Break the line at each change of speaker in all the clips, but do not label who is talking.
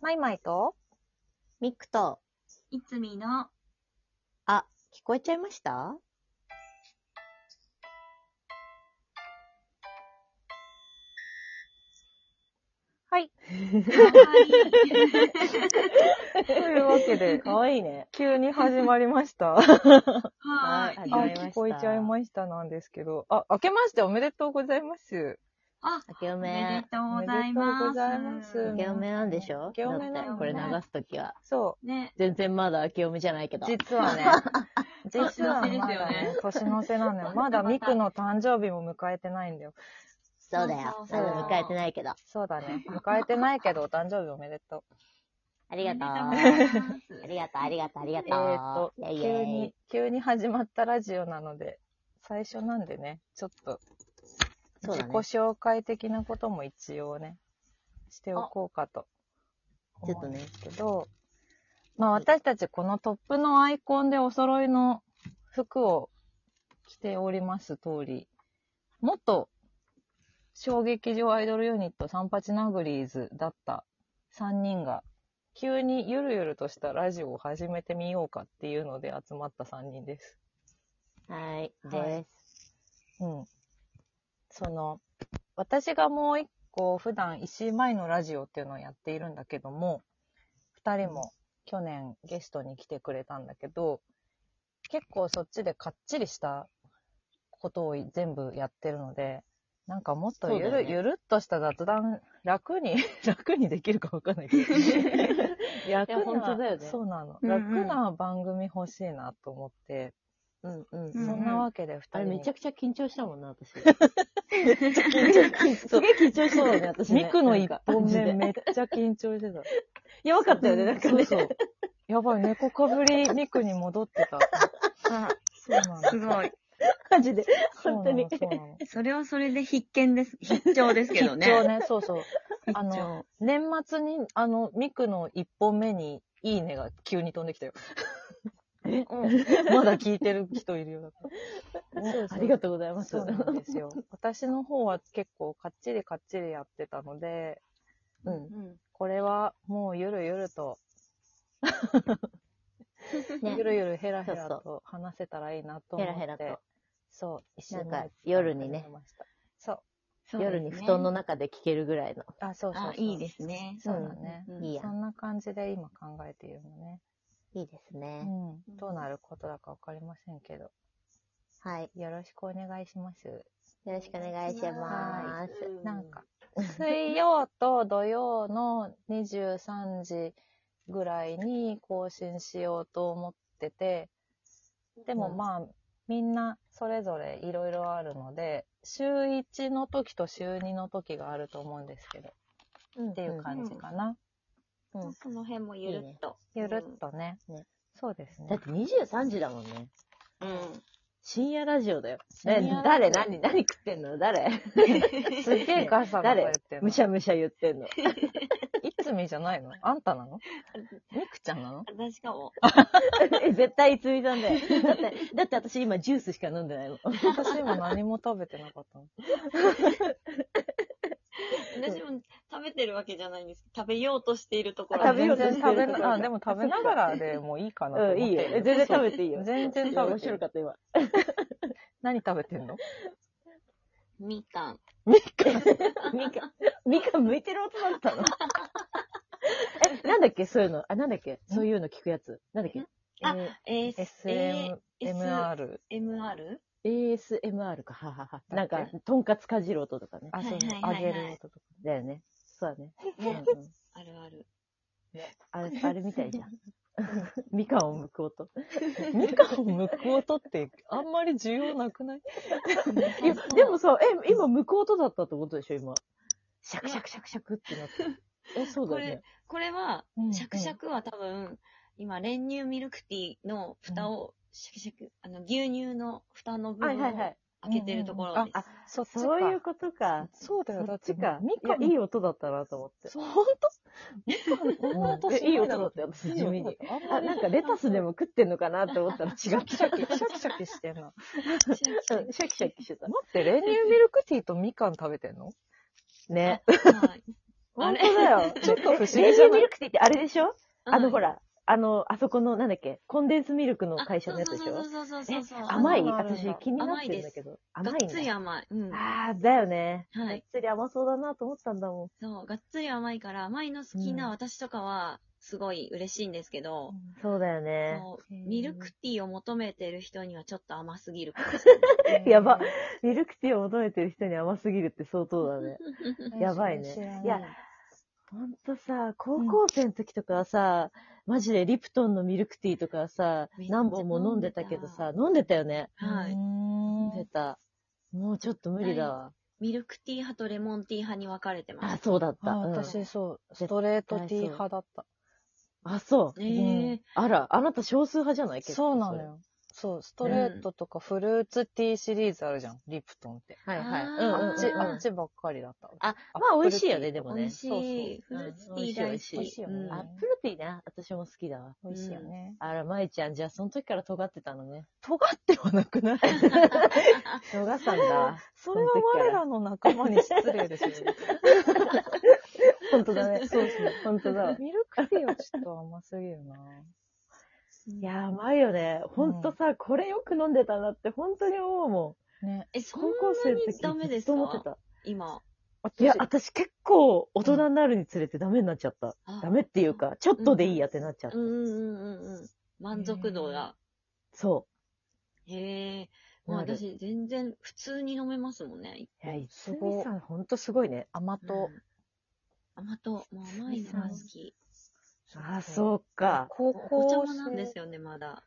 マイマイと、
ミックと、
いつみの、
あ、聞こえちゃいました
はい。
かわいい。
というわけで、
かわいいね。
急に始まりました。
は
はい始
い。
あ、
まりました
聞こえちゃいましたなんですけど。あ、明けましておめでとうございます。
あ、
明けお
おめ
め
で。とうございます。
おめでとうございます
明けおめなんでしょ
明けおめな
だっ
の
てこれ流すときは。
そ
ね、
全然まだ明けおめじゃないけ
う。
ど。
実はね、
年
実は
の瀬で
ま
すよ
だね
ね。、
年の瀬なのよ。まだミクの誕生日も迎えてないんだよ。
そうだよ。
そ
ま
うそう
だ
そう
迎えてないけど。
そうだね。迎えてないけど、お誕生日おめでとう。
ありがとう。
お
あ
めでとうございます
りがとう、ありがとう、 ありが
えー
と
と
う。イェイイ
急
ェイ
に、急に始まったラジオなので、最初なんでね、ちょっと、
そう
自
だ
己
ね。
紹介的なことも一応ね、しておこうかと。
ちょっとね。
けど、まあ私たちこのトップのアイコンでお揃いの服を着ております通り、元小劇場アイドルユニットサンパチナグリーズだった3人が、急にゆるゆるとしたラジオを始めてみようかっていうので集まった3人です。
はい。
はい
です。
うん。その、私がもう一個普段石井舞のラジオっていうのをやっているんだけども、二人も去年ゲストに来てくれたんだけど、結構そっちでかっちりしたことを全部やってるので、なんかもっとゆ
そうだ
る,、
よね
ゆるっとした雑談、楽に、 楽にできるかわかんないけど。楽
いや本当だよね
そうなの。
うんう
楽
ん
な番組欲しいなと思って、
うんうん
うん
そんなわけで二人
あれめ
に
ちゃくちゃ緊張したもんな、私。めっちゃ緊張緊張すげえ緊張したもんね、私ね。
ミクの一本
な
目
んか
めっちゃ緊張してた。
やばかったよね、なんかね。
そうそう。やばい、猫かぶりミクに戻って た。
あ、
そうなの。
すごい。
マジで。本当に。
そうなのそうなの。
それはそれで必見です。必聴ですけど
一応
ね。
ね、そうそう。あの、年末に、あの、ミクの一本目に、いいねが急に飛んできたよ。
うん
まだ聞いてる人いるよ。だ からそう
ありが
と
とうございます。
そうなんです よ。私の方は結構かっちりかっちりやってたので、うん。これはもうゆるゆると、
ね
ゆるゆるヘラヘ
そ
ラ
う
と話せたらいいなと思
ヘ
って。
ラヘラと。
そう、一
なんか夜にね。
そう。
そうですね
夜に布団の中で聞けるぐらいの。
あ、そうそうそう
あ、いいですね。
そうだね。
うん
いいや
そ。んな感じで今考えているのね。
いいですね。
うん。どうなることだかわかりませんけど、
はい。
よろしくお願いします。
よろしくお願いします。
なんか、水曜と土曜の23時ぐらいに更新しようと思ってて、でも
うん
まあ、みんなそれぞれいろいろあるので、週1の時と週2の時があると思うんですけど、
うん
っていう感じかな。うん。
その辺もゆるっと。
ゆるっとね。
ね
そうです
だっ
ね。
て23時だもんね。
うん。
深夜ラジオだよ。
夜
ね、誰何何食ってんの誰
すっげえガサガサ言ってん
む
の。
しゃむしゃ言ってんの。
いつみじゃないのあんた なのみくちゃんなの
私かも。
え絶対いつみさんだよ。だって、だって私今ジュースしか飲んでないの。
私今何も食べてなかったの。
私も食べてるわけじゃないんですけど、食べようとしているところ
あ食べようと
全
してる
然食べ
ところ
な、あ、でも食べながらでもいいかなと思
う
っ
ん、
て。
いいよ。え全然食べていいよ。
全然食べ
面
て
白
る。
かった今。
何食べてんの
みかん。
みかん、みかん向いてる音だったのえ、なんだっけそういうの。あ、なんだっけそういうの聞くやつ。なんだっけ
あ
え
S、
ー ?SMR。
MR?
ASMR か、ははは。
て
なんか、とんかつかじる音とかね。
あ、そう
はい、はい
あ
はい
げ
はい
る音とか。
だよね。そうだね。
ね、
うんうん
あるある。
あ れ、あれみたいじゃん。みかんを剥く 音。
みかんをむく音って、あんまり需要なくない
いや、でもさ、え、今剥く音だったってことでしょ今。シャクシャクシャクシャクってなって。え、そうだよね。
これは
うんう、ん
シャクシャクは多分、今、練乳ミルクティーの蓋を、シャキシャク、あの、牛乳の蓋の部
はい
分
は
を
いはい
開。けてるところです。
あ、そっちか
そういうことか。
そうだよ、
そ
だっ
ってちか。
み
み
か
か
ん
ん、いい音だったなと思って。
そう、ほんとみかん、こんな音しない
いい音だったよ、私、地味に。。あ、なんかレタスでも食ってんのかなって思ったら違う。
シャキシャキ、シャキシャキしてんな。
シャキシャ
うんシャキシャキしてた
待。って、練乳ミルクティーとみかん食べてんの
ね。
キはいあ
本
れ
当だよ。
ちょっと不思議じゃな
練
い
乳ミルクティーってあれでしょ
うん
あの、ほら、あの、あそこの、なんだっけ、コンデンスミルクの
あ
会社のやつでしょ
そうそうそうそうそうそう。
甘い
あのあるん
私
だ
気になってるんだけど。
がっ
甘い
つり
ね。
甘い。うん。
ああ、だよね。
はい
がっつり甘そうだなと思ったんだもん。
そう、がっつり甘いから、甘いの好き
う
なん私とかは、すごい嬉しいんですけど、
そうだよね。
そう
へー
ミルクティーを求めてる人にはちょっと甘すぎるかもし
やば。ミルクティーを求めてる人に甘すぎるって相当だね。
れない。
やばいね
知らない
や、ほんとさ、高校生の時とかはさ、マジでリプトンのミルクティーとかさ
めっ、ちゃ
何本も飲んでたけどさ、飲んでたよね。
は
う
い。
ーん
飲んでた。もうちょっと無理だわ。
ミルクティー派とレモンティー派に分かれてま
あ、
す。
そうだった。
あ
うん
私、そう、ストレートティー派だった。
あ、そう。
えー
あら、あなた少数派じゃない結構
そうなの。よ。そう、ストレートとかフルーツティーシリーズあるじゃん、リプトンって。
それはいはい。
あ
う
ー
ん
あ
うん
っち、
うん。
あっちばっかりだった。
あ
アッ
まあ
プル
美味しいよね
ティーと
でも
か
ね
美味しい。フ
そ
ル
うそう
ーツティー大好
美味
し
き。
いよね
うん
アップルティーね。私も好きだわ。
美味しいよね。
あら、舞ちゃん、じゃあその時から尖ってたのね。
尖ってはなくない
尖ったんだ。
それは我らの仲間に失礼ですよ。
本当だね。
そうそう。
本当だ。
ミルクティーはちょっと甘すぎるな。
やばいよね。ほんとさ、これよく飲んでたなって本当に思うも
ね。
え、
ん。
そん
高校生
な
の
に
時
ダメで
ずっ
す
と思って
か
た。
今。
いや、私結構大人になるにつれてダメになっちゃった。
あ
ダメっていうか、ちょっとでいいやってなっちゃった
う。んうんうんうんうん。満足度が。
そ
へえ。もう
なる
私、全然、普通に飲めますもんね。
う。いや、いつ
すご
み
い
さんほんとすごいね。
甘
うん
党。。
甘党。もう甘いのが好き。
あ、そうか。
高
お茶
校
もなんです
生。
よね、まだ。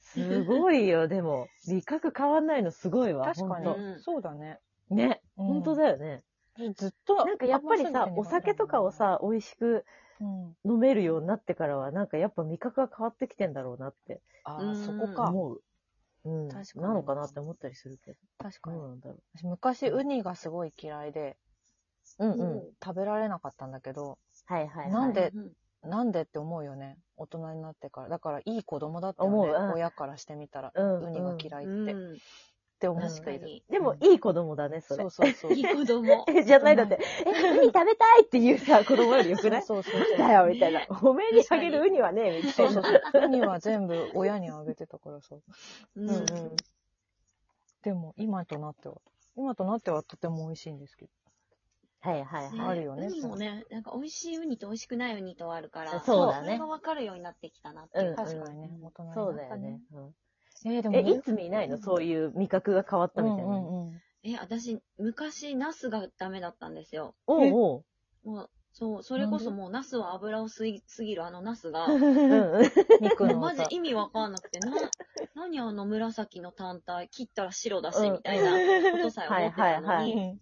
すごいよ、でも。味覚変わんないのすごいわ。
確か
ほん
に。そうだね。
とね、
うん
本当だよね。
ずっと。
なんかやっぱりさ、お酒とかを、さ、美味しく
うん、
飲めるようになってからは、なんかやっぱ味覚が変わってきてんだろうなって
あ
う
あ、
ん
そこか。
思う。うん。
確かに
なのかなって思ったりするけど。
確か
ど
に
う。なんだろ
私昔、ウニがすごい嫌いで、
う。うんうん。
う
食べられなかったんだけど、
はいはいはい。
なんで
うん
なんでって思うよね。大人になってから。だから、いい子供だったよね
思ううん
親からしてみたら、
うん
ウニが嫌いって、っ
うん。
て思っ
確か
ている。
に。
でも、いい子供だね、そ
そ
れ
う。そうそう。
いい子供。
え、じゃないだって、え、ウニ食べたいっていうさ、子供よりよくない
そうそうそう
だよ、みたいな。 おめえにあげるウニはね、みた
そう
い
そう
な。
そう。ウニは全部親にあげてたからさ。
う
うんんうん。
でも、今となっては。今となってはとても美味しいんですけど。
はいはい
ね
はい。
あるよね
ウニもね、なんか美味しいウニと美味しくないウニとあるから、
そうだね
れが分かるようになってきたなっていう。
うん
確かにね、大人になった、ね。
そうだよね。。うん
えー、でも、
え、いつもいないのそういう味覚が変わった
う
み
ん
たいな。
うんうん。
え、私、昔、ナスがダメだったんですよ。
おうおう。
もう、そう、それこそもう、ナスは油を吸いすぎるあのナスが、
うん うん。
肉
もう
の
マジ
歌。
意味わかんなくて、な、何あの紫の単体、切ったら白だし、みたいなこと さえ思ってた
はい
の
は
に、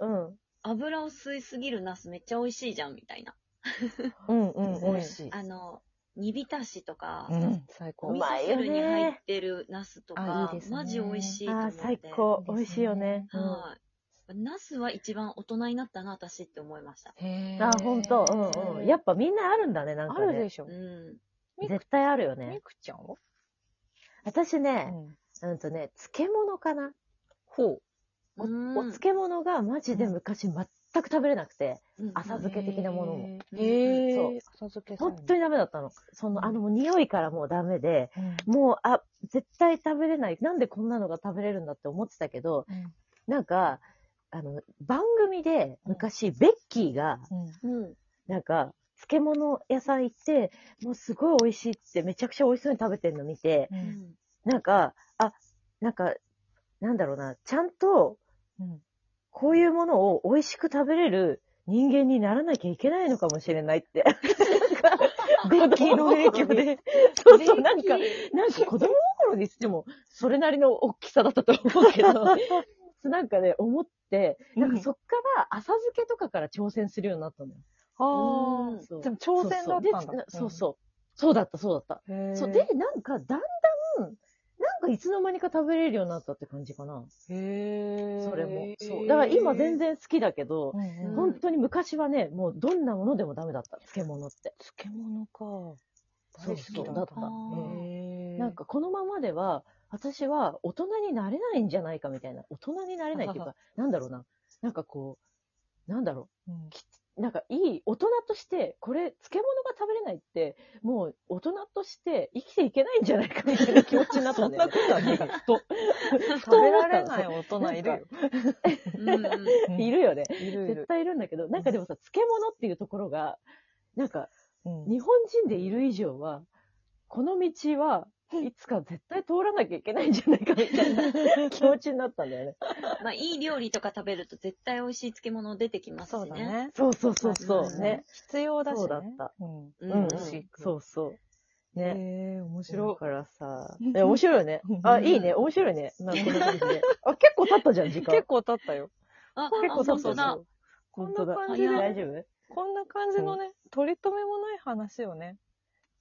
うん
うん。
油を吸いすぎるナスめっちゃ美味しいじゃん、みたいな。
うんうんうん。
美味しい。
あの、煮浸しとか、
うん、最
お
高。
う
味
まい
噌
よ
汁
ね
に入ってるナスと
あ
か、
いいですね
マジ美味しいと思
あ
っ
ー、
て。
最高。
いい
美
ですね
味しいよね。うん
はい。ナスは一番大人になったな、私って思いました。
へ
あ、ほんと。うんうん。やっぱみんなあるんだね、なん
あ
かね。
るでしょ
う。ん。
みく
絶対あるよね
み。くちゃんは
私
う
ね、
ん。
うんとね、漬物かな。
ほ
お
う
お
ん
漬物がマジで昔全く食べれなくて、
うん
う。
浅漬け的なものも
へー。
うん
へー浅漬け
本当
に。
にダメだったの。その、あの、もう匂いからもうダメで、
うん
もう、あ、絶対食べれない。なんでこんなのが食べれるんだって思ってたけど、なんか、あの、番組で昔、ベッキーが、
うん。
うん。
なんか、漬物屋さん行って、もうすごい美味しいって、めちゃくちゃ美味しそうに食べてるの見て、
う。
うんん。
なんか、あ、なんか、なんだろうな、ちゃんと、
うん。
こういうものを美味しく食べれる人間にならなきゃいけないのかもしれない って。ベッキーの影響で。そうそう、なんか、なんか子供心にしても、それなりの大きさだったと思うけど、なんかね、思って、なんかそっから浅漬けとかから挑戦するようになったのよ。
あ
うん
そう
あ。でも挑戦だったんだ。
そうそうでなそうそう。そうだった、そうだった。
うん。へー
そうで、なんかだんだん、なんかいつの間にか食べれるようになったって感じかな。
へー
それも。そう。
ー
だから今全然好きだけど
う、んうん
本当に昔はね、もうどんなものでもダメだった。漬物って。
漬物か。
そうそう
大好
だ
きだ
っ
ったた。
うん
へー
なん、かこのままでは、私は大人になれないんじゃないかみたいな。大人になれないっていうか、なんだろうな。なんかこなんだろ
うん
う、なんかいい、大人として、これ、漬物が食べれないって、もう大人として生きていけないんじゃないかみたいな気持ちになったんだよね。
そんなことはね
ふと。ふと
食べ
思っ
ら
た
れ
の
ない大人いるよ。
うんうん
う ん
いるよね。
いるい
絶
る。
対いるんだけど、なんかでもさ、漬物っていうところが、なんか、
うん
日本人でいる以上は、この道はいつか絶対通らなきゃいけないんじゃないかみたい な気持ちになったんだよね。
まあ、いい料理とか食べると絶対美味しい漬物出てきますしね。
そうだね。
そうそうそうそう。ね。
必要だしね。
そうだった。
うん。
う
うんん、
うん
美味しい
そうそう。ね。
ええ、面
だ
白
からさ、え、 面白いよね。あ、いいね、面白いね。なんかこんな感じで。あ、結構経った じゃん、時
い。
間。
結構経ったよ。
あ、
結構経
あ本
った
当だ。。
本当だ。
こんな
感じで
大丈夫
こんな感じのね、取り留めもない話をね、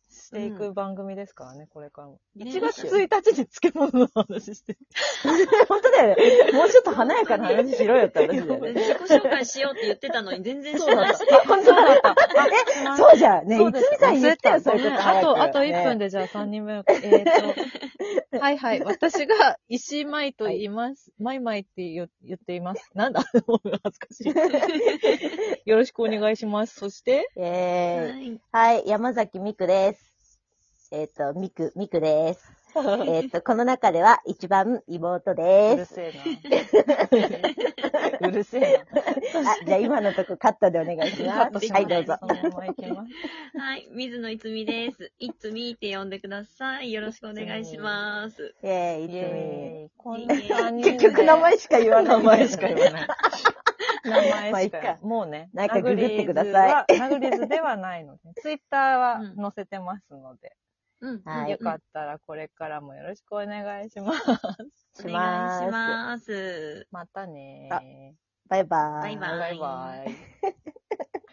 していく番組ですからね、これからも。
ね
1月1日に漬物の話して。
本当だよね。もうちょっと華やかな話しろよって話だよね。
自己紹介しようって言ってたのに全然し
そう
な
だ
い。
った。本当だ った。え、そうじゃん。ね、いつ
そ
み
うです
たいに言ってよ、
忘
そう
れ
いうこ
てた
と。
あと、あと1分
で。
でじゃあ3人目。えっ と、はいはい。私が石井舞と言います。舞舞って言言っています。なんだもう恥ずかしい。よろしくお願いします。そして、
えー
はい
はい、山崎美久です。えっ、と、美久、美久です。 えっと、この中では一番妹
う
で
る
す。
せえな。うるせえ
あ、じゃあ今のとこカットでお願いし
な。
ま
カット
す。
し
は、
ない
どうぞ。
そのままいきます。
はい、水野いつみです。いつみって呼んでください。よろしくお願いします。
イェーイ、い
イ
つ
エーイ。こん
ん
な
な
感
感
み。
じ。
結局名前しか言わない。
名前しか言わない。名
まあ
前
い
し
っ
か
か。
もうね。
なんかググってください
い。ナグリズではないので、 ツイッターは載せてますので、
うん。
はい
よかったらこれからもよろしくお願いします。
た
お願いします。
またね
あバイバーイ。
バイバーイ
バイバイ。